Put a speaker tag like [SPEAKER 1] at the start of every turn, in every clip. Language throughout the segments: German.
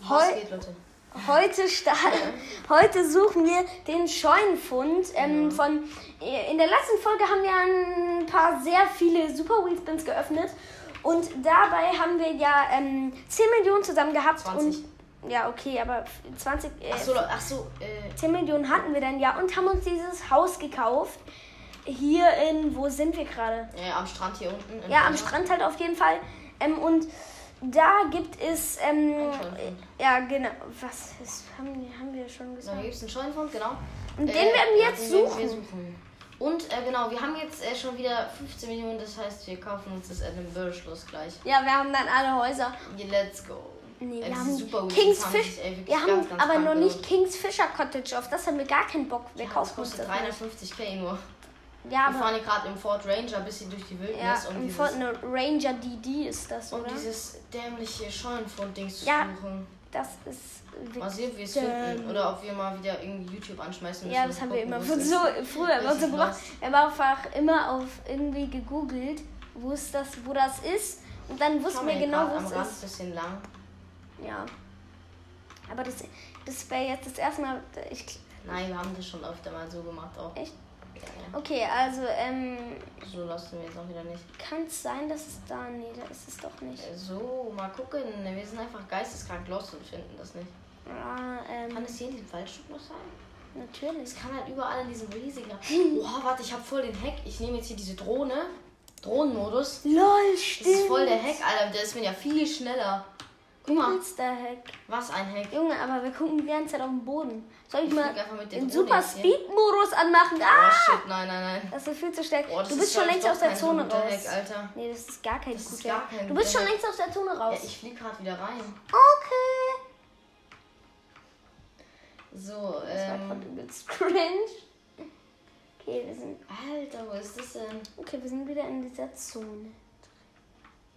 [SPEAKER 1] Was geht, Leute?
[SPEAKER 2] Heute, sta- heute suchen wir den Scheunenfund. Ähm, von, in der letzten Folge haben wir ein paar sehr viele Super Wheel Spins geöffnet. Und dabei haben wir ja ähm, 10 Millionen zusammen gehabt.
[SPEAKER 1] 20.
[SPEAKER 2] Und, ja, okay, aber 20. Äh,
[SPEAKER 1] Ach so, Leute, ach so, äh,
[SPEAKER 2] 10 Millionen hatten wir dann ja und haben uns dieses Haus gekauft. Hier in, wo sind wir gerade?
[SPEAKER 1] äh, am Strand hier unten. in
[SPEAKER 2] Ja, am
[SPEAKER 1] Bonn.
[SPEAKER 2] Strand halt auf jeden Fall. Ähm, und da gibt es. Ähm,
[SPEAKER 1] Scheunenfund.
[SPEAKER 2] ja, genau. Was ist, haben, wir- haben wir schon
[SPEAKER 1] Da
[SPEAKER 2] gesagt?
[SPEAKER 1] gibt es einen Scheunenfund, genau.
[SPEAKER 2] Und den werden wir jetzt
[SPEAKER 1] den werden
[SPEAKER 2] suchen.
[SPEAKER 1] wir suchen. Und äh, genau, wir haben jetzt äh, schon wieder 15 Millionen, das heißt, wir kaufen uns das an dem Börschluss gleich.
[SPEAKER 2] Ja, wir haben dann alle Häuser.
[SPEAKER 1] Yeah, let's go.
[SPEAKER 2] Nee,
[SPEAKER 1] Ey,
[SPEAKER 2] wir
[SPEAKER 1] das
[SPEAKER 2] haben
[SPEAKER 1] ist super gut.
[SPEAKER 2] Kings
[SPEAKER 1] Das haben
[SPEAKER 2] Fish.
[SPEAKER 1] sich, ey, wirklich
[SPEAKER 2] Wir haben
[SPEAKER 1] ganz, ganz
[SPEAKER 2] aber
[SPEAKER 1] krank
[SPEAKER 2] noch nicht
[SPEAKER 1] gelohnt.
[SPEAKER 2] Kings Fisher Cottage. Auf das haben wir gar keinen Bock. Wir
[SPEAKER 1] Das
[SPEAKER 2] kaufen uns
[SPEAKER 1] kostet
[SPEAKER 2] das.
[SPEAKER 1] 350k nur.
[SPEAKER 2] nicht. Ja,
[SPEAKER 1] wir
[SPEAKER 2] aber
[SPEAKER 1] fahren hier gerade im Ford Ranger ein bisschen durch die
[SPEAKER 2] ja,
[SPEAKER 1] Wildnis, um,
[SPEAKER 2] ein
[SPEAKER 1] dieses,
[SPEAKER 2] Ford eine Ranger DD ist das,
[SPEAKER 1] um
[SPEAKER 2] oder?
[SPEAKER 1] dieses dämliche Scheunenfund-Dings zu
[SPEAKER 2] Ja.
[SPEAKER 1] suchen.
[SPEAKER 2] Das ist
[SPEAKER 1] Mal
[SPEAKER 2] wirklich.
[SPEAKER 1] sehen, ob wir es
[SPEAKER 2] Dämlich.
[SPEAKER 1] finden. Oder ob wir mal wieder irgendwie YouTube anschmeißen müssen.
[SPEAKER 2] Ja,
[SPEAKER 1] und
[SPEAKER 2] das haben wir
[SPEAKER 1] gucken,
[SPEAKER 2] immer
[SPEAKER 1] wo es
[SPEAKER 2] so
[SPEAKER 1] ist.
[SPEAKER 2] früher immer
[SPEAKER 1] Das
[SPEAKER 2] so
[SPEAKER 1] ist
[SPEAKER 2] gemacht.
[SPEAKER 1] was.
[SPEAKER 2] Wir haben einfach immer auf irgendwie gegoogelt, wo ist das, wo das ist. Und dann wussten
[SPEAKER 1] Schauen
[SPEAKER 2] wir
[SPEAKER 1] hier
[SPEAKER 2] genau,
[SPEAKER 1] grad
[SPEAKER 2] wo
[SPEAKER 1] am
[SPEAKER 2] es
[SPEAKER 1] Rand
[SPEAKER 2] ist.
[SPEAKER 1] bisschen lang.
[SPEAKER 2] Ja. Aber das, das wäre jetzt das erste Mal. Ich,
[SPEAKER 1] Nein, wir haben das schon öfter mal so gemacht auch.
[SPEAKER 2] Echt?
[SPEAKER 1] Ja, ja.
[SPEAKER 2] okay, also ähm,
[SPEAKER 1] So lassen wir jetzt auch wieder nicht.
[SPEAKER 2] Kann es sein, dass es da. Nee, da ist es doch nicht.
[SPEAKER 1] Äh, So, mal gucken. Wir sind einfach geisteskrank los und finden das nicht.
[SPEAKER 2] Ah,
[SPEAKER 1] Kann
[SPEAKER 2] ähm,
[SPEAKER 1] es hier in diesem Waldstück noch sein?
[SPEAKER 2] natürlich.
[SPEAKER 1] Es kann halt überall in diesem riesigen.
[SPEAKER 2] Hm.
[SPEAKER 1] Oha, warte, ich habe voll den Hack. Ich nehme jetzt hier diese Drohne. Drohnenmodus.
[SPEAKER 2] LOL,
[SPEAKER 1] Das ist
[SPEAKER 2] stimmt.
[SPEAKER 1] voll der Hack, Alter. Der ist mir ja viel schneller. Guck mal,
[SPEAKER 2] Monster-Hack.
[SPEAKER 1] was ein Hack. Oh,
[SPEAKER 2] Junge, aber wir gucken die ganze Zeit auf den Boden. Soll ich
[SPEAKER 1] Ich
[SPEAKER 2] mal
[SPEAKER 1] flieg einfach mit der
[SPEAKER 2] den
[SPEAKER 1] Drohne jetzt hier.
[SPEAKER 2] Super-Speed-Modus anmachen?
[SPEAKER 1] Oh
[SPEAKER 2] Ah!
[SPEAKER 1] shit, nein, nein, nein.
[SPEAKER 2] Das ist viel zu stark.
[SPEAKER 1] Oh, das
[SPEAKER 2] du
[SPEAKER 1] ist,
[SPEAKER 2] bist schon
[SPEAKER 1] glaub ich,
[SPEAKER 2] längst
[SPEAKER 1] doch
[SPEAKER 2] aus der
[SPEAKER 1] kein
[SPEAKER 2] Zone
[SPEAKER 1] guter
[SPEAKER 2] raus.
[SPEAKER 1] Hack, Alter.
[SPEAKER 2] Nee, das ist gar kein
[SPEAKER 1] Das ist
[SPEAKER 2] guter
[SPEAKER 1] gar
[SPEAKER 2] Hack.
[SPEAKER 1] kein
[SPEAKER 2] Du bist
[SPEAKER 1] guter
[SPEAKER 2] schon
[SPEAKER 1] Hack.
[SPEAKER 2] längst aus der Zone
[SPEAKER 1] Ja,
[SPEAKER 2] raus.
[SPEAKER 1] ich flieg gerade wieder rein.
[SPEAKER 2] okay.
[SPEAKER 1] So,
[SPEAKER 2] Das war
[SPEAKER 1] ähm.
[SPEAKER 2] gerade übelst cringe. Okay wir, sind,
[SPEAKER 1] Alter, wo ist das denn?
[SPEAKER 2] okay, wir sind wieder in dieser Zone.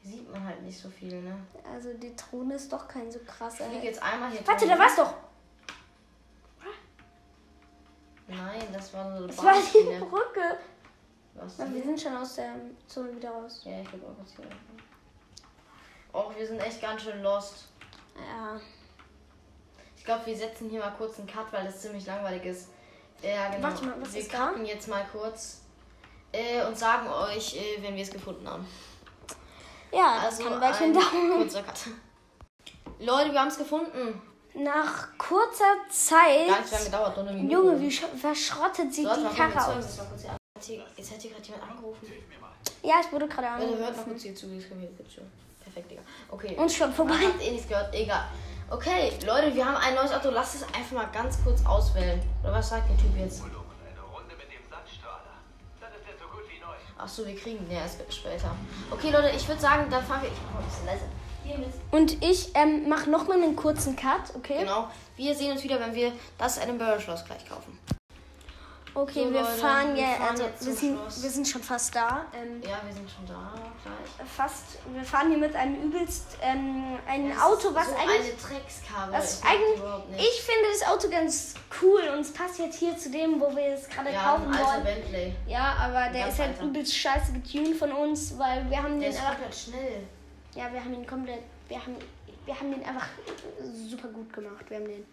[SPEAKER 1] Hier sieht man halt nicht so viel, ne?
[SPEAKER 2] Also die Drohne ist doch kein so krasser
[SPEAKER 1] Ich flieg
[SPEAKER 2] Hack.
[SPEAKER 1] jetzt einmal hier.
[SPEAKER 2] Äh, Warte, da
[SPEAKER 1] drüber.
[SPEAKER 2] war's doch.
[SPEAKER 1] Nein, das war so eine
[SPEAKER 2] Das war die
[SPEAKER 1] Bahnschiene.
[SPEAKER 2] Brücke.
[SPEAKER 1] Was?
[SPEAKER 2] Aber wir sind schon aus der Zone wieder raus.
[SPEAKER 1] Ja, ich glaube auch was hier. Och, wir sind echt ganz schön lost.
[SPEAKER 2] Ja.
[SPEAKER 1] Ich glaube, wir setzen hier mal kurz einen Cut, weil das ziemlich langweilig ist. Ja, genau.
[SPEAKER 2] Warte mal, was
[SPEAKER 1] wir
[SPEAKER 2] ist da?
[SPEAKER 1] cutten jetzt mal kurz äh, und sagen euch, äh, wenn wir es gefunden haben.
[SPEAKER 2] Ja,
[SPEAKER 1] Also,
[SPEAKER 2] das kann bald schon
[SPEAKER 1] ähm,
[SPEAKER 2] dauern.
[SPEAKER 1] kurzer Cut. Leute, wir haben es gefunden.
[SPEAKER 2] Nach kurzer
[SPEAKER 1] Gar nicht lange
[SPEAKER 2] Zeit.
[SPEAKER 1] gedauert, nur eine Minute.
[SPEAKER 2] Junge, wie sch- verschrottet sieht
[SPEAKER 1] Leute,
[SPEAKER 2] die
[SPEAKER 1] mal kurz
[SPEAKER 2] Karre
[SPEAKER 1] Zeug,
[SPEAKER 2] aus.
[SPEAKER 1] das war kurz hier an- Jetzt hat hier- Jetzt hat hier gerade jemand angerufen.
[SPEAKER 2] Ja, ich wurde gerade
[SPEAKER 1] Leute, Also hört mal
[SPEAKER 2] angerufen.
[SPEAKER 1] kurz hier zu. es kommt hier- gibt's schon. Perfekt, Digga. Okay.
[SPEAKER 2] Und schon
[SPEAKER 1] Man
[SPEAKER 2] vorbei.
[SPEAKER 1] hat eh nichts gehört, egal. Okay, Leute, wir haben ein neues Auto. Lasst es einfach mal ganz kurz auswählen. Oder was sagt der Typ jetzt?
[SPEAKER 3] Lumen, eine Runde mit dem Sandstrahler. Dann ist er so gut wie neu.
[SPEAKER 1] Achso, wir kriegen den erst später. Okay, Leute, ich würde sagen, dann fangen wir. Ich mach mal ein bisschen leiser. Hier mit.
[SPEAKER 2] Und ich ähm, mache nochmal einen kurzen Cut, okay?
[SPEAKER 1] Genau. Wir sehen uns wieder, wenn wir das Edinburgh Schloss gleich kaufen.
[SPEAKER 2] Okay,
[SPEAKER 1] So,
[SPEAKER 2] wir
[SPEAKER 1] Leute,
[SPEAKER 2] fahren
[SPEAKER 1] wir
[SPEAKER 2] ja,
[SPEAKER 1] fahren
[SPEAKER 2] also
[SPEAKER 1] jetzt
[SPEAKER 2] wir
[SPEAKER 1] zum
[SPEAKER 2] sind,
[SPEAKER 1] Schloss.
[SPEAKER 2] wir sind schon fast da. Ähm,
[SPEAKER 1] Ja, wir sind schon da gleich.
[SPEAKER 2] Fast, wir fahren hier mit einem übelst, ähm, ein Auto, was
[SPEAKER 1] so
[SPEAKER 2] eigentlich...
[SPEAKER 1] Eine Dreckskabel.
[SPEAKER 2] Was
[SPEAKER 1] Ich mag die
[SPEAKER 2] eigentlich,
[SPEAKER 1] überhaupt nicht.
[SPEAKER 2] ich finde das Auto ganz cool und es passt jetzt hier zu dem, wo wir es gerade
[SPEAKER 1] Ja,
[SPEAKER 2] kaufen
[SPEAKER 1] ein alter
[SPEAKER 2] wollen.
[SPEAKER 1] Bentley.
[SPEAKER 2] Ja, aber der
[SPEAKER 1] Ganz
[SPEAKER 2] ist halt
[SPEAKER 1] alter.
[SPEAKER 2] übelst scheiße getuned von uns, weil wir haben
[SPEAKER 1] Der
[SPEAKER 2] den
[SPEAKER 1] ist
[SPEAKER 2] einfach,
[SPEAKER 1] komplett schnell.
[SPEAKER 2] ja, wir haben ihn komplett, wir haben, wir haben den einfach super gut gemacht. Wir haben den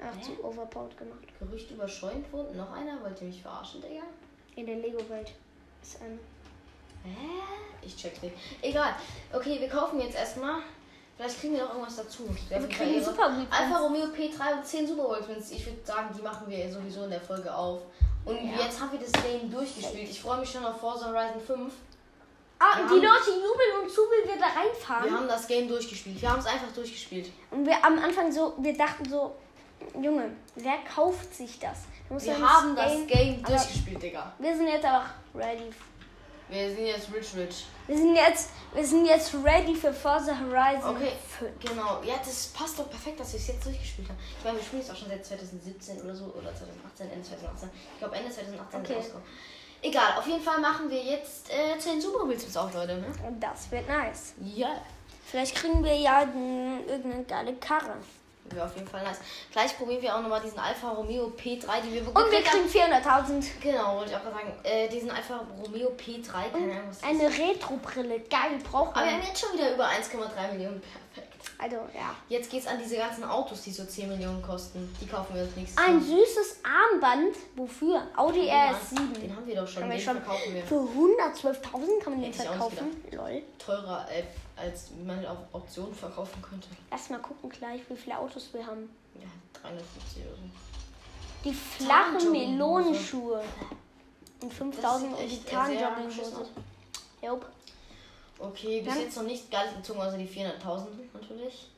[SPEAKER 2] einfach
[SPEAKER 1] Hä?
[SPEAKER 2] zu overpowered gemacht.
[SPEAKER 1] Gerücht über Scheunenfunden. Noch einer? Wollt ihr mich verarschen, Digga?
[SPEAKER 2] In der Lego-Welt ist ein,
[SPEAKER 1] Hä? Ich check's nicht. Egal. Okay, wir kaufen jetzt erstmal. Vielleicht kriegen wir noch irgendwas dazu.
[SPEAKER 2] wir kriegen Super Wheelpins.
[SPEAKER 1] Alfa Romeo P3 und 10 Super Wheelpins. Ich würde sagen, die machen wir sowieso in der Folge auf. Und
[SPEAKER 2] Ja.
[SPEAKER 1] jetzt haben wir das Leben durchgespielt. Ich freue mich schon auf Forza Horizon 5.
[SPEAKER 2] Ah,
[SPEAKER 1] Wir
[SPEAKER 2] die
[SPEAKER 1] haben-
[SPEAKER 2] Leute jubeln und zu, wie wir da
[SPEAKER 1] Wir
[SPEAKER 2] reinfahren.
[SPEAKER 1] haben das Game durchgespielt. Wir haben es einfach durchgespielt.
[SPEAKER 2] und wir am Anfang so, wir dachten so, Junge, wer kauft sich das? Da muss
[SPEAKER 1] Wir
[SPEAKER 2] man
[SPEAKER 1] haben das Game
[SPEAKER 2] aber-
[SPEAKER 1] durchgespielt, Digga.
[SPEAKER 2] Wir sind jetzt einfach ready.
[SPEAKER 1] Wir sind jetzt rich, rich.
[SPEAKER 2] Wir sind jetzt, wir sind jetzt ready für Forza Horizon.
[SPEAKER 1] Okay,
[SPEAKER 2] 5.
[SPEAKER 1] genau. Ja, das passt doch perfekt, dass wir es jetzt durchgespielt haben. Ich meine, wir spielen es auch schon seit 2017 oder so, oder 2018, Ende 2018. Ich glaube, Ende 2018
[SPEAKER 2] Okay.
[SPEAKER 1] okay. rauskommen. Egal, auf jeden Fall machen wir jetzt äh, 10 Super Bowls jetzt auch, Leute, ne?
[SPEAKER 2] Und das wird nice.
[SPEAKER 1] Ja.
[SPEAKER 2] Vielleicht kriegen wir ja den, irgendeine geile Karre.
[SPEAKER 1] Wäre auf jeden Fall nice. Gleich probieren wir auch nochmal diesen Alfa Romeo P3, die wir bekommen
[SPEAKER 2] Und wir kriegen 400.000.
[SPEAKER 1] Genau, wollte ich auch gerade sagen. Äh, diesen Alfa Romeo P3, keine Ahnung, was das ist.
[SPEAKER 2] Eine Retro-Brille. Geil, braucht
[SPEAKER 1] Aber wir
[SPEAKER 2] man.
[SPEAKER 1] haben jetzt schon wieder über 1,3 Millionen. Perfekt.
[SPEAKER 2] Also, ja.
[SPEAKER 1] Jetzt geht's an diese ganzen Autos, die so 10 Millionen kosten. Die kaufen wir uns nächstes
[SPEAKER 2] Ein
[SPEAKER 1] Jahr.
[SPEAKER 2] süßes Armband. Wofür? Audi
[SPEAKER 1] Den
[SPEAKER 2] RS7.
[SPEAKER 1] haben wir doch schon.
[SPEAKER 2] Haben wir
[SPEAKER 1] Den
[SPEAKER 2] schon.
[SPEAKER 1] verkaufen wir.
[SPEAKER 2] Für 112.000 kann man den
[SPEAKER 1] Hätte ich auch
[SPEAKER 2] verkaufen. Lol.
[SPEAKER 1] Teurer, äh, als man auf Auktion verkaufen könnte.
[SPEAKER 2] Lass mal gucken gleich, wie viele Autos wir haben.
[SPEAKER 1] Ja, 350 oder so.
[SPEAKER 2] Die flachen
[SPEAKER 1] Tarnjogginghose.
[SPEAKER 2] Melonenschuhe. Und 5000
[SPEAKER 1] Das
[SPEAKER 2] und
[SPEAKER 1] sieht
[SPEAKER 2] die
[SPEAKER 1] echt sehr beschissen
[SPEAKER 2] Tarnjogginghose.
[SPEAKER 1] aus.
[SPEAKER 2] Jupp.
[SPEAKER 1] Okay, bis
[SPEAKER 2] Dann-
[SPEAKER 1] jetzt noch nicht ganz gezogen, also die 400.000 natürlich.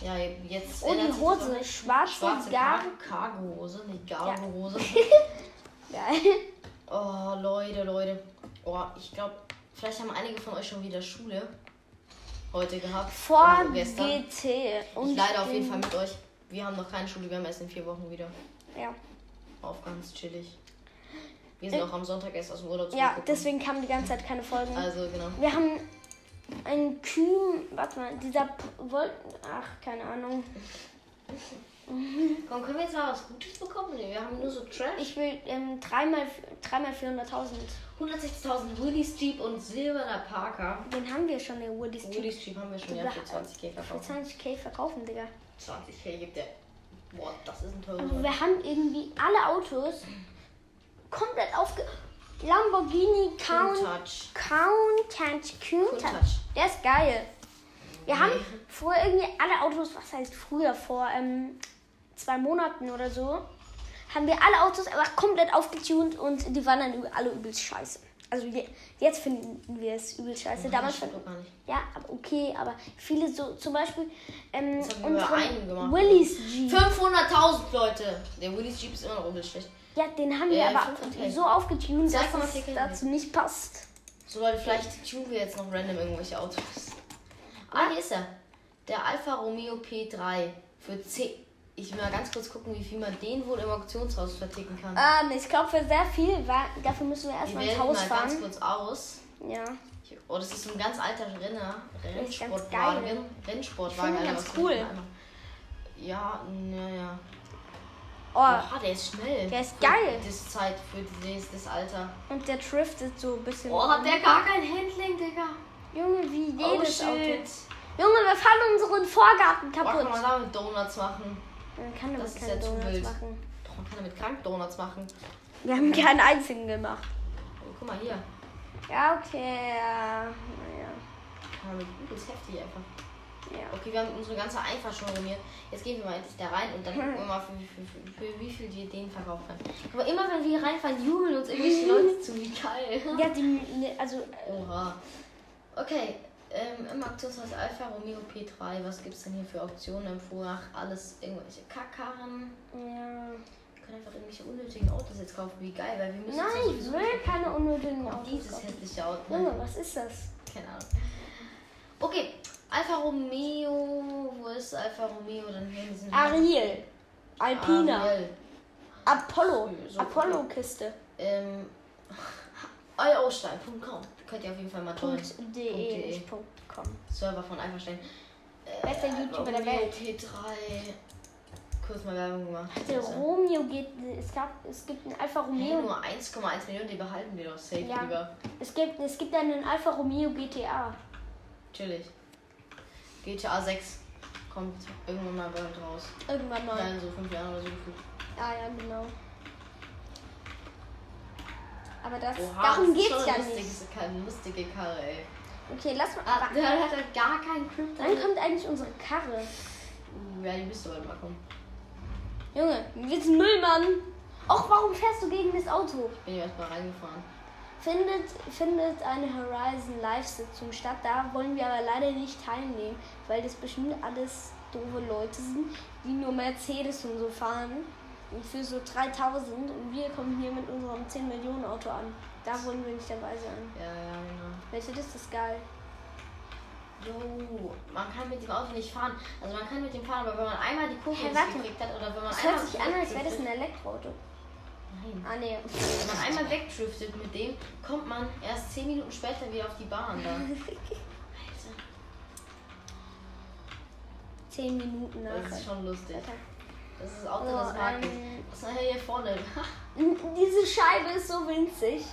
[SPEAKER 1] Ja, jetzt.
[SPEAKER 2] Oh,
[SPEAKER 1] ändert
[SPEAKER 2] die
[SPEAKER 1] sich das
[SPEAKER 2] Hose.
[SPEAKER 1] noch.
[SPEAKER 2] Schwarze,
[SPEAKER 1] Schwarze
[SPEAKER 2] Gar.
[SPEAKER 1] Kar- Cargo-Hose, nicht Cargo-Hose.
[SPEAKER 2] Geil.
[SPEAKER 1] Oh, Leute, Leute. Oh, ich glaube, vielleicht haben einige von euch schon wieder Schule heute gehabt.
[SPEAKER 2] Vor
[SPEAKER 1] oder Oh, gestern.
[SPEAKER 2] GT. Und
[SPEAKER 1] Ich leide auf jeden
[SPEAKER 2] den-
[SPEAKER 1] Fall mit euch. Wir haben noch keine Schule, wir haben erst in vier Wochen wieder
[SPEAKER 2] Ja,
[SPEAKER 1] auf, ganz chillig. Wir sind auch am Sonntag erst aus dem Urlaub
[SPEAKER 2] Äh, ja
[SPEAKER 1] zurückgekommen.
[SPEAKER 2] deswegen kamen die ganze Zeit keine Folgen.
[SPEAKER 1] Also, genau.
[SPEAKER 2] Wir haben einen Kühen. Warte mal, dieser P- Wolken. Ach, keine Ahnung.
[SPEAKER 1] Komm, können wir jetzt mal was Gutes bekommen? Nee, wir haben nur so Trash.
[SPEAKER 2] Ich will ähm, dreimal, dreimal 400.000.
[SPEAKER 1] 160.000 Willys Jeep und silberner Parker.
[SPEAKER 2] Den haben wir schon, der Woody's Jeep.
[SPEAKER 1] Willys Jeep haben wir schon ja für 20k
[SPEAKER 2] Für
[SPEAKER 1] verkauft.
[SPEAKER 2] 20k verkaufen, Digga.
[SPEAKER 1] 20k gibt der. Boah, das ist ein teurer.
[SPEAKER 2] Aber Also
[SPEAKER 1] Hund.
[SPEAKER 2] wir haben irgendwie alle Autos komplett aufge. Lamborghini Count.
[SPEAKER 1] Touch.
[SPEAKER 2] Countach Countach.
[SPEAKER 1] Countach.
[SPEAKER 2] Der ist geil. Wir
[SPEAKER 1] Nee.
[SPEAKER 2] haben früher irgendwie alle Autos, was heißt früher, vor ähm, zwei Monaten oder so, haben wir alle Autos einfach komplett aufgetuned und die waren dann üb- alle übelst scheiße. Also je, jetzt finden wir es übelst scheiße. Damals
[SPEAKER 1] Nein,
[SPEAKER 2] fand,
[SPEAKER 1] stimmt doch gar nicht.
[SPEAKER 2] ja, aber okay, aber viele so, zum Beispiel ähm,
[SPEAKER 1] Das haben wir bei einem
[SPEAKER 2] unseren
[SPEAKER 1] gemacht.
[SPEAKER 2] Willys Jeep.
[SPEAKER 1] 500.000 Leute. Der Willys Jeep ist immer noch übelst schlecht.
[SPEAKER 2] Ja, den haben wir
[SPEAKER 1] Äh,
[SPEAKER 2] aber
[SPEAKER 1] 500.
[SPEAKER 2] so aufgetuned, dass
[SPEAKER 1] 2,4
[SPEAKER 2] es
[SPEAKER 1] Kilometer.
[SPEAKER 2] dazu nicht passt.
[SPEAKER 1] So Leute, vielleicht tunen wir jetzt noch random irgendwelche Autos. Ah, hier ist er. Der Alfa Romeo P3 für 10. Ich will mal ganz kurz gucken, wie viel man den wohl im Auktionshaus verticken kann.
[SPEAKER 2] Ähm, ich glaube für sehr viel, weil dafür müssen wir
[SPEAKER 1] wir
[SPEAKER 2] erstmal ins
[SPEAKER 1] wählen
[SPEAKER 2] Haus
[SPEAKER 1] mal ganz
[SPEAKER 2] fahren.
[SPEAKER 1] kurz aus.
[SPEAKER 2] Ja,
[SPEAKER 1] Ich- Oh, das ist so ein ganz alter Renner.
[SPEAKER 2] Das ist ganz
[SPEAKER 1] Rennsportwagen.
[SPEAKER 2] geil.
[SPEAKER 1] Renn- Rennsportwagen.
[SPEAKER 2] Ich finde
[SPEAKER 1] Alter,
[SPEAKER 2] den
[SPEAKER 1] was
[SPEAKER 2] ganz cool.
[SPEAKER 1] für ein Name. Ja, naja.
[SPEAKER 2] oh,
[SPEAKER 1] Oha, der ist schnell.
[SPEAKER 2] Der ist geil.
[SPEAKER 1] Für das Zeit, für dieses, das Alter.
[SPEAKER 2] und der driftet so ein bisschen.
[SPEAKER 1] Oh, hat der gar kein Handling, Digga. Oh,
[SPEAKER 2] Junge, wie jedes Auto.
[SPEAKER 1] shit.
[SPEAKER 2] Junge, wir fahren unseren Vorgarten
[SPEAKER 1] Boah, kann
[SPEAKER 2] kaputt.
[SPEAKER 1] man damit Donuts machen?
[SPEAKER 2] man kann damit
[SPEAKER 1] Das ist
[SPEAKER 2] keine
[SPEAKER 1] ja zu
[SPEAKER 2] Donuts
[SPEAKER 1] wild.
[SPEAKER 2] machen.
[SPEAKER 1] Doch, man kann damit krank Donuts machen.
[SPEAKER 2] Wir haben keinen einzigen gemacht.
[SPEAKER 1] Oh, guck mal hier.
[SPEAKER 2] Ja, okay. Ja, naja.
[SPEAKER 1] Kann man mit übelst heftig einfach.
[SPEAKER 2] Ja.
[SPEAKER 1] Okay, wir haben unsere ganze Einfahrt schon ruiniert. Jetzt gehen wir mal endlich da rein und dann gucken wir mal, für, für, für, für wie viel wir den verkaufen können. Aber immer wenn wir hier reinfahren, jubeln uns irgendwelche Leute zu. Wie geil.
[SPEAKER 2] ja, die, ne, also, äh,
[SPEAKER 1] Oha. Okay, ähm, im Aktionshaus Alfa Romeo P3. Was gibt's denn hier für Auktionen im Vorach? Alles irgendwelche Kackkarren.
[SPEAKER 2] äh, ja.
[SPEAKER 1] Wir können einfach irgendwelche unnötigen Autos jetzt kaufen. Wie geil, weil wir müssen uns ja
[SPEAKER 2] Nein, ich
[SPEAKER 1] sowieso
[SPEAKER 2] will keine unnötigen
[SPEAKER 1] kaufen.
[SPEAKER 2] Autos.
[SPEAKER 1] dieses
[SPEAKER 2] kaufen.
[SPEAKER 1] hässliche Auto.
[SPEAKER 2] Junge, was ist das?
[SPEAKER 1] Keine Ahnung. Okay, Alfa Romeo. Wo ist Alfa Romeo? Dann hier sind wir-
[SPEAKER 2] Ariel. Alpina.
[SPEAKER 1] Ariel.
[SPEAKER 2] Apollo.
[SPEAKER 1] So-
[SPEAKER 2] Apollo-Kiste.
[SPEAKER 1] Ähm, euausstein.com. Könnt ihr auf jeden Fall mal tollen
[SPEAKER 2] .de,
[SPEAKER 1] .de.
[SPEAKER 2] nicht E Punkt .com.
[SPEAKER 1] Server von Alpha stellen. Äh,
[SPEAKER 2] Bester
[SPEAKER 1] Alfa
[SPEAKER 2] YouTuber der
[SPEAKER 1] Romeo
[SPEAKER 2] Welt.
[SPEAKER 1] P3. Kurz mal Werbung gemacht.
[SPEAKER 2] Der Romeo geht, es gab, es gibt einen Alfa
[SPEAKER 1] Hey,
[SPEAKER 2] Romeo
[SPEAKER 1] nur 1,1 Millionen, die behalten wir doch safe
[SPEAKER 2] Ja.
[SPEAKER 1] lieber.
[SPEAKER 2] Es gibt, es gibt einen Alfa Romeo GTA.
[SPEAKER 1] Natürlich. GTA 6 kommt irgendwann mal bald raus.
[SPEAKER 2] Irgendwann mal.
[SPEAKER 1] Ja, in so fünf Jahren oder so gefühlt.
[SPEAKER 2] Ah ja, genau. Aber das,
[SPEAKER 1] Oha,
[SPEAKER 2] darum
[SPEAKER 1] das ist schon
[SPEAKER 2] geht's ja
[SPEAKER 1] eine lustige,
[SPEAKER 2] nicht.
[SPEAKER 1] Keine lustige Karre, ey.
[SPEAKER 2] Okay, lass mal.
[SPEAKER 1] Ah,
[SPEAKER 2] wa-
[SPEAKER 1] der hat halt gar keinen Krypto.
[SPEAKER 2] Wann kommt eigentlich unsere Karre?
[SPEAKER 1] Ja, die müsste bald mal kommen.
[SPEAKER 2] Junge, wir sind Müllmann. Och, warum fährst du gegen das Auto?
[SPEAKER 1] Bin ich erstmal reingefahren.
[SPEAKER 2] Findet, findet eine Horizon Live-Sitzung statt. Da wollen wir aber leider nicht teilnehmen, weil das bestimmt alles doofe Leute sind, die nur Mercedes und so fahren. Und für so 3000 und wir kommen hier mit unserem 10 Millionen Auto an. Da wollen wir nicht dabei sein.
[SPEAKER 1] Ja, ja, genau.
[SPEAKER 2] Welche das ist geil.
[SPEAKER 1] Jo, man kann mit dem Auto nicht fahren. Also man kann mit dem fahren, aber wenn man einmal die Kurve
[SPEAKER 2] Hey,
[SPEAKER 1] nicht
[SPEAKER 2] warte.
[SPEAKER 1] gekriegt hat oder wenn man
[SPEAKER 2] Das
[SPEAKER 1] einmal
[SPEAKER 2] hört sich an, als wäre das ein
[SPEAKER 1] wegdriftet-
[SPEAKER 2] Elektroauto.
[SPEAKER 1] Nein.
[SPEAKER 2] Ah nee.
[SPEAKER 1] Wenn man einmal wegdriftet mit dem, kommt man erst 10 Minuten später wieder auf die Bahn da. Alter,
[SPEAKER 2] 10 Minuten
[SPEAKER 1] das ist
[SPEAKER 2] nachher.
[SPEAKER 1] schon lustig.
[SPEAKER 2] Alter.
[SPEAKER 1] Das ist das Auto,
[SPEAKER 2] So,
[SPEAKER 1] das mag ich.
[SPEAKER 2] ähm,
[SPEAKER 1] Was ist denn hier vorne?
[SPEAKER 2] Diese Scheibe ist so winzig.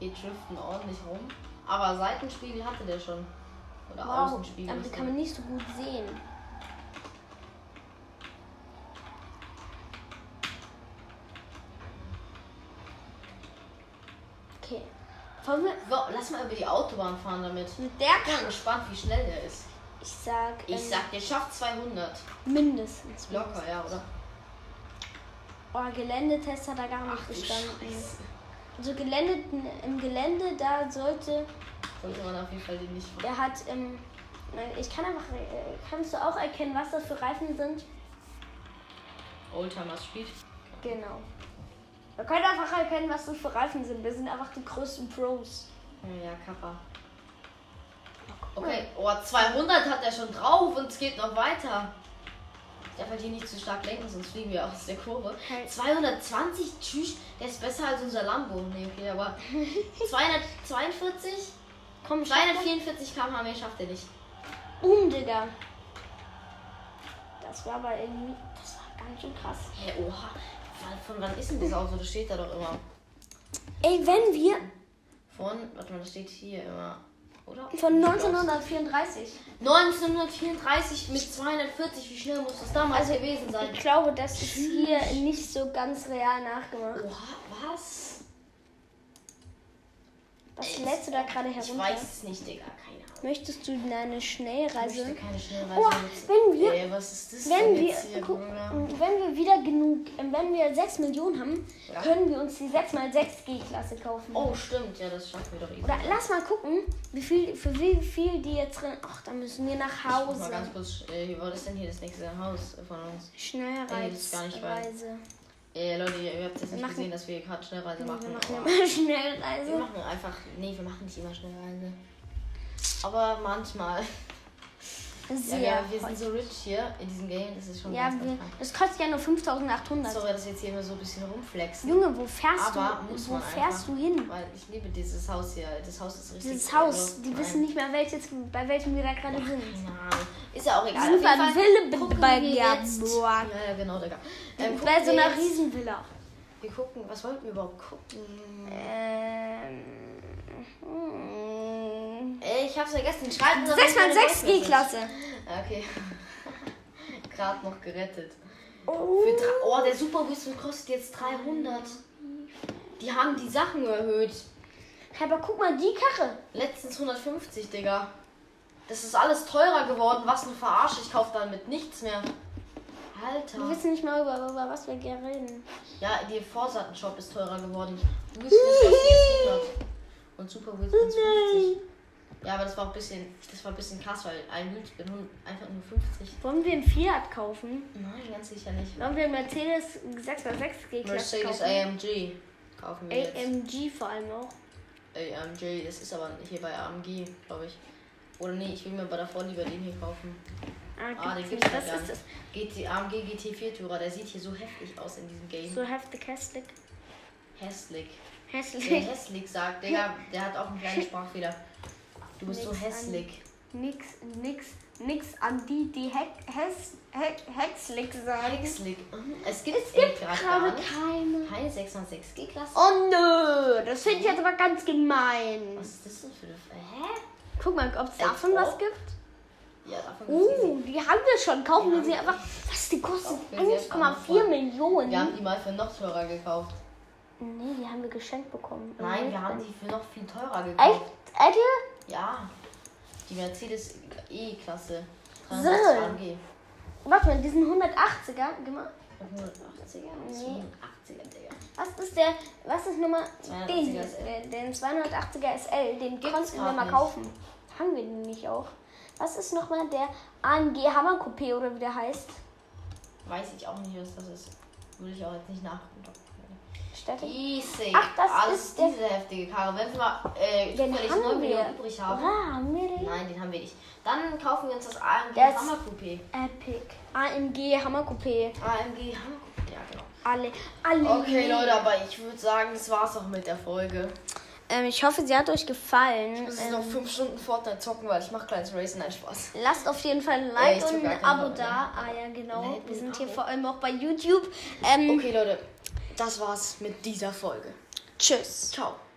[SPEAKER 1] Die driften ordentlich rum. Aber Seitenspiegel hatte der schon. Oder
[SPEAKER 2] Wow,
[SPEAKER 1] Außenspiegel.
[SPEAKER 2] aber die
[SPEAKER 1] ist
[SPEAKER 2] kann
[SPEAKER 1] das.
[SPEAKER 2] man nicht so gut sehen. Okay. Wollen wir
[SPEAKER 1] Wow, lass mal über die Autobahn fahren damit.
[SPEAKER 2] mit der
[SPEAKER 1] Ich bin
[SPEAKER 2] kann
[SPEAKER 1] gespannt, wie schnell der ist.
[SPEAKER 2] ich sag,
[SPEAKER 1] Ich
[SPEAKER 2] ähm,
[SPEAKER 1] sag, der schafft 200.
[SPEAKER 2] mindestens.
[SPEAKER 1] Locker, ja, oder?
[SPEAKER 2] Oh, Geländetest hat er gar nicht
[SPEAKER 1] Ach, du
[SPEAKER 2] bestanden.
[SPEAKER 1] Scheiße.
[SPEAKER 2] Also Gelände, im Gelände, da sollte,
[SPEAKER 1] Sollte man auf jeden Fall den nicht
[SPEAKER 2] er hat, ähm, nein, ich kann einfach, äh, kannst du auch erkennen, was das für Reifen sind?
[SPEAKER 1] Oldtimers spielt.
[SPEAKER 2] Genau. Man könnte einfach erkennen, was das für Reifen sind. Wir sind einfach die größten Pros.
[SPEAKER 1] Oh Ja, Kappa. Okay, oh, 200 hat er schon drauf und es geht noch weiter. Ich darf halt hier nicht zu stark lenken, sonst fliegen wir aus der Kurve.
[SPEAKER 2] Hey.
[SPEAKER 1] 220, tschüss, der ist besser als unser Lambo. Nee, okay, aber 242,
[SPEAKER 2] Komm, schneide viel.
[SPEAKER 1] 244 km/h mehr schafft er nicht.
[SPEAKER 2] Boom, Digga. Das war aber irgendwie. Das war ganz schön krass.
[SPEAKER 1] Hä, oha, Wann- von wann ist denn das Auto? Das steht da doch immer.
[SPEAKER 2] Ey, wenn wir.
[SPEAKER 1] Von, warte mal, das steht hier immer. Oder?
[SPEAKER 2] Von 1934.
[SPEAKER 1] 1934 mit 240, wie schnell muss das damals
[SPEAKER 2] Also,
[SPEAKER 1] gewesen sein?
[SPEAKER 2] Ich glaube, das ist hier nicht so ganz real nachgemacht.
[SPEAKER 1] Oha, was?
[SPEAKER 2] Was lädst du da gerade
[SPEAKER 1] Ich
[SPEAKER 2] herunter?
[SPEAKER 1] weiß es nicht, Digga, keine Ahnung.
[SPEAKER 2] Möchtest du in eine
[SPEAKER 1] Ich möchte
[SPEAKER 2] Schnellreise?
[SPEAKER 1] keine Schnellreise
[SPEAKER 2] Oh,
[SPEAKER 1] nutzen.
[SPEAKER 2] Also, wenn wir-
[SPEAKER 1] Ey, was ist das
[SPEAKER 2] Wenn
[SPEAKER 1] denn
[SPEAKER 2] wir,
[SPEAKER 1] jetzt hier,
[SPEAKER 2] guck,
[SPEAKER 1] Bruder?
[SPEAKER 2] wenn wir wieder genug, äh, wenn wir 6 Millionen haben,
[SPEAKER 1] Ja.
[SPEAKER 2] können wir uns die 6x6 G-Klasse kaufen.
[SPEAKER 1] Oh, stimmt, ja, das schaffen wir doch eh. easy.
[SPEAKER 2] Oder lass mal gucken, wie viel, für wie viel die jetzt drin. Ach, da müssen wir nach
[SPEAKER 1] Ich guck mal ganz
[SPEAKER 2] Hause.
[SPEAKER 1] kurz, äh, was ist denn hier das nächste Haus von uns? Nee, das ist gar nicht wahr.
[SPEAKER 2] Schnellreise.
[SPEAKER 1] Äh, Leute, ihr habt jetzt
[SPEAKER 2] Wir
[SPEAKER 1] nicht
[SPEAKER 2] machen-
[SPEAKER 1] gesehen, dass wir gerade Schnellreise
[SPEAKER 2] Wir
[SPEAKER 1] machen.
[SPEAKER 2] machen Also-
[SPEAKER 1] aber
[SPEAKER 2] immer
[SPEAKER 1] wir
[SPEAKER 2] Schnellreise.
[SPEAKER 1] machen einfach, nee, wir machen nicht immer Schnellreise. Aber manchmal. Ja,
[SPEAKER 2] Sehr.
[SPEAKER 1] ja,
[SPEAKER 2] Ja,
[SPEAKER 1] wir sind so rich hier in diesem Game, das ist schon
[SPEAKER 2] ja,
[SPEAKER 1] ganz
[SPEAKER 2] wir,
[SPEAKER 1] krank.
[SPEAKER 2] das kostet ja nur 5800.
[SPEAKER 1] Sorry, dass wir jetzt hier immer so ein bisschen rumflexen.
[SPEAKER 2] Junge, wo fährst
[SPEAKER 1] Aber
[SPEAKER 2] du?
[SPEAKER 1] muss
[SPEAKER 2] Wo
[SPEAKER 1] man
[SPEAKER 2] fährst
[SPEAKER 1] einfach.
[SPEAKER 2] du hin?
[SPEAKER 1] Weil ich liebe dieses Haus hier. Das Haus ist richtig.
[SPEAKER 2] Dieses Haus, die
[SPEAKER 1] Nein.
[SPEAKER 2] wissen nicht mehr, welches, bei welchem wir da gerade sind.
[SPEAKER 1] Keine Ahnung. Ist ja auch egal.
[SPEAKER 2] Sind wir an Wille
[SPEAKER 1] gucken
[SPEAKER 2] bei
[SPEAKER 1] wir jetzt.
[SPEAKER 2] Gaboa.
[SPEAKER 1] Ja, ja, genau, Digga. Ähm,
[SPEAKER 2] Bei
[SPEAKER 1] gucken
[SPEAKER 2] so
[SPEAKER 1] wir
[SPEAKER 2] einer
[SPEAKER 1] jetzt-
[SPEAKER 2] Riesenvilla.
[SPEAKER 1] Wir gucken, was wollten wir überhaupt gucken?
[SPEAKER 2] Ähm. hm.
[SPEAKER 1] Ey, ich hab's vergessen. Schreiben Sie doch mal eine
[SPEAKER 2] 6x6
[SPEAKER 1] Voice-Message.
[SPEAKER 2] G-Klasse.
[SPEAKER 1] Ja, Okay. Gerade noch gerettet.
[SPEAKER 2] Oh.
[SPEAKER 1] Für dr- oh, der Super Whistle kostet jetzt 300. Die haben die Sachen erhöht.
[SPEAKER 2] Aber guck mal, die Karre.
[SPEAKER 1] Letztens 150, Digga. Das ist alles teurer geworden. Was ein Verarsch. Ich kauf damit nichts mehr.
[SPEAKER 2] Wir
[SPEAKER 1] Alter.
[SPEAKER 2] wissen nicht mal, über, über was wir gerne reden.
[SPEAKER 1] Ja, die Vorsatenshop ist teurer geworden. Whisky kostet jetzt 100. Und Super
[SPEAKER 2] Oh
[SPEAKER 1] Whisky ist 50. Ja, aber das war auch ein bisschen, das war ein bisschen krass, weil ein Whisky bin einfach nur 50.
[SPEAKER 2] Wollen wir einen Fiat kaufen?
[SPEAKER 1] Nein, ganz sicher nicht.
[SPEAKER 2] Wollen wir einen Mercedes 6x6 G-Klasse
[SPEAKER 1] Mercedes
[SPEAKER 2] kaufen?
[SPEAKER 1] AMG kaufen wir jetzt.
[SPEAKER 2] AMG vor allem auch.
[SPEAKER 1] AMG, das ist aber hier bei AMG, glaube ich. Oder nee, ich will mir aber davor lieber den hier kaufen. Ah, den
[SPEAKER 2] gibt's
[SPEAKER 1] gibt's
[SPEAKER 2] nicht.
[SPEAKER 1] ja
[SPEAKER 2] Was
[SPEAKER 1] gar
[SPEAKER 2] ist das?
[SPEAKER 1] nicht. GT, AMG GT4-Tourer, der sieht hier so heftig aus in diesem Game.
[SPEAKER 2] So heftig hässlich.
[SPEAKER 1] Hässlich. Der
[SPEAKER 2] Hässlich.
[SPEAKER 1] hässlich sagt, Digga, der hat auch einen kleinen Sprachfehler. Du bist so
[SPEAKER 2] Nix an.
[SPEAKER 1] hässlich.
[SPEAKER 2] Nix, nix, nix an die, die heck, häss, heck, hässlich sagen.
[SPEAKER 1] Hässlich. Mhm. Es gibt es gibt
[SPEAKER 2] Gerade keine.
[SPEAKER 1] keine 606 G-Klasse.
[SPEAKER 2] Oh nö, das finde ich jetzt aber ganz gemein.
[SPEAKER 1] Was ist das denn für eine... Hä?
[SPEAKER 2] Guck mal, ob es
[SPEAKER 1] Als
[SPEAKER 2] davon was
[SPEAKER 1] ob.
[SPEAKER 2] gibt.
[SPEAKER 1] Ja, davon gibt's diese-
[SPEAKER 2] Uh, die haben wir schon. Kaufen
[SPEAKER 1] Die
[SPEAKER 2] wir
[SPEAKER 1] haben
[SPEAKER 2] sie
[SPEAKER 1] wir.
[SPEAKER 2] einfach. Was, die kosten
[SPEAKER 1] Kaufen wir sie jetzt
[SPEAKER 2] 1,4
[SPEAKER 1] einfach.
[SPEAKER 2] Millionen?
[SPEAKER 1] Wir haben die mal für noch teurer gekauft.
[SPEAKER 2] Nee, die haben wir geschenkt bekommen. Mhm.
[SPEAKER 1] Nein, wir haben die für noch viel teurer gekauft.
[SPEAKER 2] Echt? Edel?
[SPEAKER 1] Ja. Die Mercedes E E-Klasse.
[SPEAKER 2] Sirr.
[SPEAKER 1] 320 AMG.
[SPEAKER 2] Warte mal, diesen 180er. gib mal.
[SPEAKER 1] 180er?
[SPEAKER 2] Nee.
[SPEAKER 1] 180er, Digga.
[SPEAKER 2] Was ist der. Was ist Nummer.
[SPEAKER 1] 280er
[SPEAKER 2] Den hier.
[SPEAKER 1] ist L.
[SPEAKER 2] Den, den 280er SL. Den
[SPEAKER 1] Gibt's
[SPEAKER 2] konnten wir
[SPEAKER 1] grad
[SPEAKER 2] mal
[SPEAKER 1] nicht.
[SPEAKER 2] kaufen. Haben wir den nicht auch? Was ist nochmal der AMG Hammer Coupé oder wie der heißt?
[SPEAKER 1] Weiß ich auch nicht, was das ist. Würde ich auch jetzt nicht nachgucken.
[SPEAKER 2] Städte?
[SPEAKER 1] Easy.
[SPEAKER 2] Ach, das
[SPEAKER 1] Alles
[SPEAKER 2] ist der-
[SPEAKER 1] diese heftige Karre. Wenn wir mal äh,
[SPEAKER 2] Den
[SPEAKER 1] zufällig
[SPEAKER 2] haben
[SPEAKER 1] 9 Millionen
[SPEAKER 2] wir.
[SPEAKER 1] übrig
[SPEAKER 2] Ah,
[SPEAKER 1] haben.
[SPEAKER 2] haben wir den?
[SPEAKER 1] Nein, den haben wir nicht. Dann kaufen wir uns das AMG
[SPEAKER 2] Das-
[SPEAKER 1] Hammer Coupé.
[SPEAKER 2] Epic. AMG Hammer Coupé.
[SPEAKER 1] AMG Hammer Coupé, ja genau.
[SPEAKER 2] Alle. Alle.
[SPEAKER 1] Okay Leute, aber ich würde sagen, das war's auch mit der Folge.
[SPEAKER 2] Ähm, ich hoffe, sie hat euch gefallen.
[SPEAKER 1] Ich muss jetzt
[SPEAKER 2] ähm,
[SPEAKER 1] noch 5 Stunden Fortnite zocken, weil ich mache kleines Racing. Nein, Spaß.
[SPEAKER 2] Lasst auf jeden Fall ein
[SPEAKER 1] Ey,
[SPEAKER 2] Like
[SPEAKER 1] ich tu
[SPEAKER 2] und
[SPEAKER 1] gar
[SPEAKER 2] ein
[SPEAKER 1] keinen
[SPEAKER 2] Abo
[SPEAKER 1] Like,
[SPEAKER 2] da.
[SPEAKER 1] ne?
[SPEAKER 2] Ah ja, genau.
[SPEAKER 1] Like
[SPEAKER 2] Wir
[SPEAKER 1] und
[SPEAKER 2] sind
[SPEAKER 1] Abo.
[SPEAKER 2] hier vor allem auch bei YouTube. Ähm,
[SPEAKER 1] Okay Leute, das war's mit dieser Folge.
[SPEAKER 2] Tschüss.
[SPEAKER 1] Ciao.